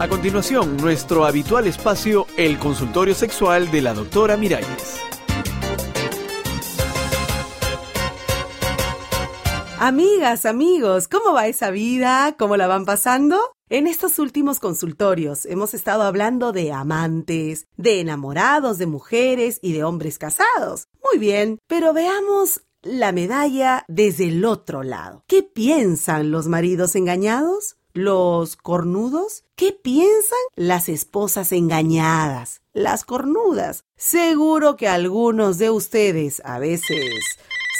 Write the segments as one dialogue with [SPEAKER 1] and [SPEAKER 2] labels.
[SPEAKER 1] A continuación, nuestro habitual espacio, el consultorio sexual de la doctora Miralles.
[SPEAKER 2] Amigas, amigos, ¿cómo va esa vida? ¿Cómo la van pasando? En estos últimos consultorios hemos estado hablando de amantes, de enamorados, de mujeres y de hombres casados. Muy bien, pero veamos la medalla desde el otro lado. ¿Qué piensan los maridos engañados? ¿Los cornudos? ¿Qué piensan las esposas engañadas? Las cornudas. Seguro que algunos de ustedes a veces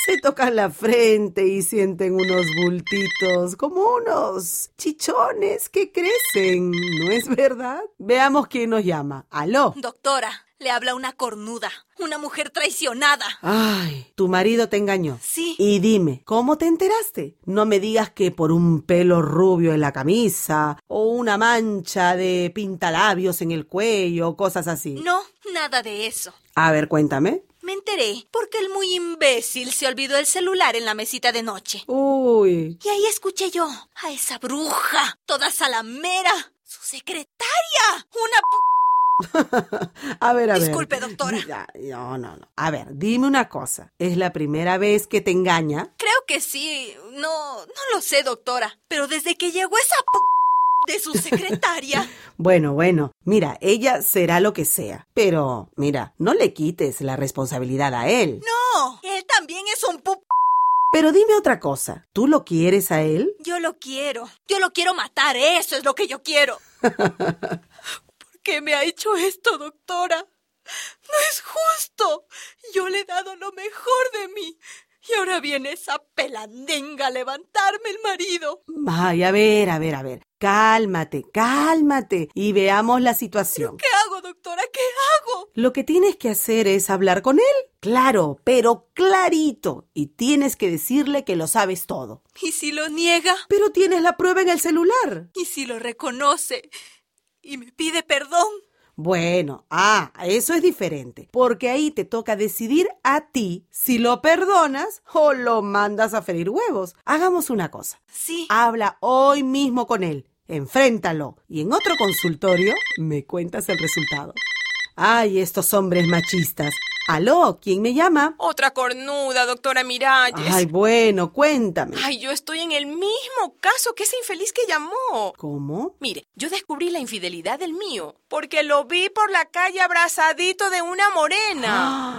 [SPEAKER 2] se tocan la frente y sienten unos bultitos, como unos chichones que crecen, ¿no es verdad? Veamos quién nos llama. Aló.
[SPEAKER 3] Doctora, le habla una cornuda, una mujer traicionada.
[SPEAKER 2] Ay, tu marido te engañó.
[SPEAKER 3] Sí.
[SPEAKER 2] Y dime, ¿cómo te enteraste? No me digas que por un pelo rubio en la camisa o una mancha de pintalabios en el cuello, cosas así.
[SPEAKER 3] No, nada de eso.
[SPEAKER 2] A ver, cuéntame.
[SPEAKER 3] Me enteré porque el muy imbécil se olvidó el celular en la mesita de noche.
[SPEAKER 2] Uy.
[SPEAKER 3] Y ahí escuché yo a esa bruja, toda salamera, su secretaria, una p...
[SPEAKER 2] A ver, a ver.
[SPEAKER 3] Disculpe, doctora.
[SPEAKER 2] Ya, No, no, no. A ver, dime una cosa. ¿Es la primera vez que te engaña?
[SPEAKER 3] Creo que sí, no, no lo sé, doctora, pero desde que llegó esa p... de su secretaria,
[SPEAKER 2] Bueno, bueno, mira, ella será lo que sea. Pero, mira, no le quites la responsabilidad a él.
[SPEAKER 3] no, él también es un p...
[SPEAKER 2] Pero dime otra cosa. ¿Tú lo quieres a él?
[SPEAKER 3] Yo lo quiero. Yo lo quiero matar. Eso es lo que yo quiero. ¿Por qué me ha hecho esto, doctora? No es justo. Yo le he dado lo mejor de mí. Y ahora viene esa pelandenga a levantarme el marido.
[SPEAKER 2] Ay, a ver, a ver, a ver. Cálmate, cálmate y veamos la situación.
[SPEAKER 3] ¿Qué hago, doctora? ¿Qué hago?
[SPEAKER 2] Lo que tienes que hacer es hablar con él. Claro, pero clarito. Y tienes que decirle que lo sabes todo.
[SPEAKER 3] ¿Y si lo niega?
[SPEAKER 2] Pero tienes la prueba en el celular.
[SPEAKER 3] ¿Y si lo reconoce? ¿Y me pide perdón?
[SPEAKER 2] Bueno, ah, eso es diferente, porque ahí te toca decidir a ti si lo perdonas o lo mandas a freír huevos. Hagamos una cosa.
[SPEAKER 3] Sí.
[SPEAKER 4] Ah.
[SPEAKER 2] Habla hoy mismo con él, enfréntalo y en otro consultorio me cuentas el resultado. Ay, estos hombres machistas. Aló, ¿quién me llama?
[SPEAKER 4] Otra cornuda, doctora Miralles.
[SPEAKER 2] Ay, bueno, cuéntame.
[SPEAKER 4] Ay, yo estoy en el mismo caso que ese infeliz que llamó.
[SPEAKER 2] ¿Cómo?
[SPEAKER 4] Mire, yo descubrí la infidelidad del mío porque lo vi por la calle abrazadito de una morena.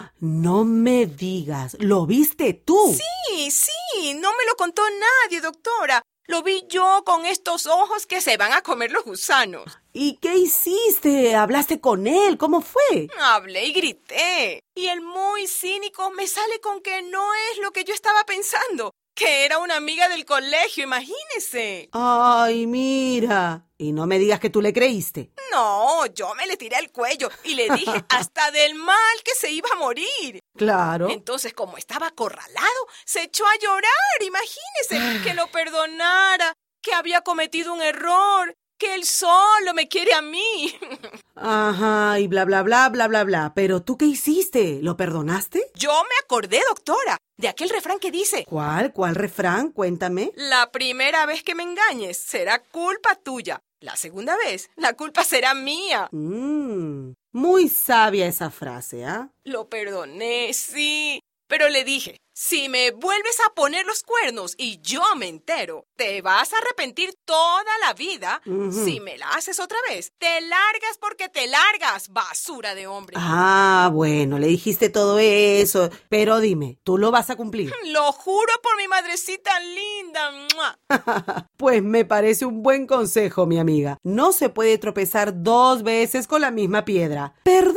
[SPEAKER 2] Ah, No me digas, ¿lo viste tú?
[SPEAKER 4] Sí, sí, no me lo contó nadie, doctora. Lo vi yo con estos ojos que se van a comer los gusanos.
[SPEAKER 2] ¿Y qué hiciste? ¿Hablaste con él? ¿Cómo fue?
[SPEAKER 4] Hablé y grité. Y el muy cínico me sale con que no es lo que yo estaba pensando, que era una amiga del colegio, imagínese.
[SPEAKER 2] Ay, mira. Y no me digas que tú le creíste.
[SPEAKER 4] No, yo me le tiré al cuello y le dije hasta del mal que se iba a morir.
[SPEAKER 2] Claro.
[SPEAKER 4] Entonces, como estaba acorralado, se echó a llorar. Imagínese que lo perdonara, que había cometido un error, que él solo me quiere a mí.
[SPEAKER 2] Ajá, y bla, bla, bla, bla, bla, bla. Pero tú qué hiciste? ¿Lo perdonaste?
[SPEAKER 4] Yo me acordé, doctora, de aquel refrán que dice,
[SPEAKER 2] ¿Cuál? ¿Cuál refrán? Cuéntame.
[SPEAKER 4] la primera vez que me engañes será culpa tuya. La segunda vez, la culpa será mía.
[SPEAKER 2] Mm, muy sabia esa frase, ¿ah?
[SPEAKER 4] Lo perdoné, sí. Pero le dije, si me vuelves a poner los cuernos y yo me entero, te vas a arrepentir toda la vida.
[SPEAKER 2] Ujú.
[SPEAKER 4] Si me la haces otra vez, te largas porque te largas, basura de hombre.
[SPEAKER 2] Ah, bueno, le dijiste todo eso. Pero dime, ¿tú lo vas a cumplir?
[SPEAKER 4] Lo juro por mi madrecita linda. ¡mua!
[SPEAKER 2] Pues me parece un buen consejo, mi amiga. No se puede tropezar dos veces con la misma piedra. Perdón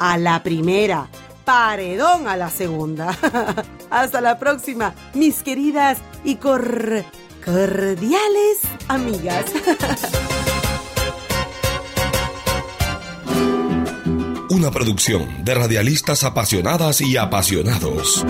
[SPEAKER 2] a la primera, paredón a la segunda. Hasta la próxima, mis queridas y cor- cordiales amigas.
[SPEAKER 5] Una producción de radialistas apasionadas y apasionados.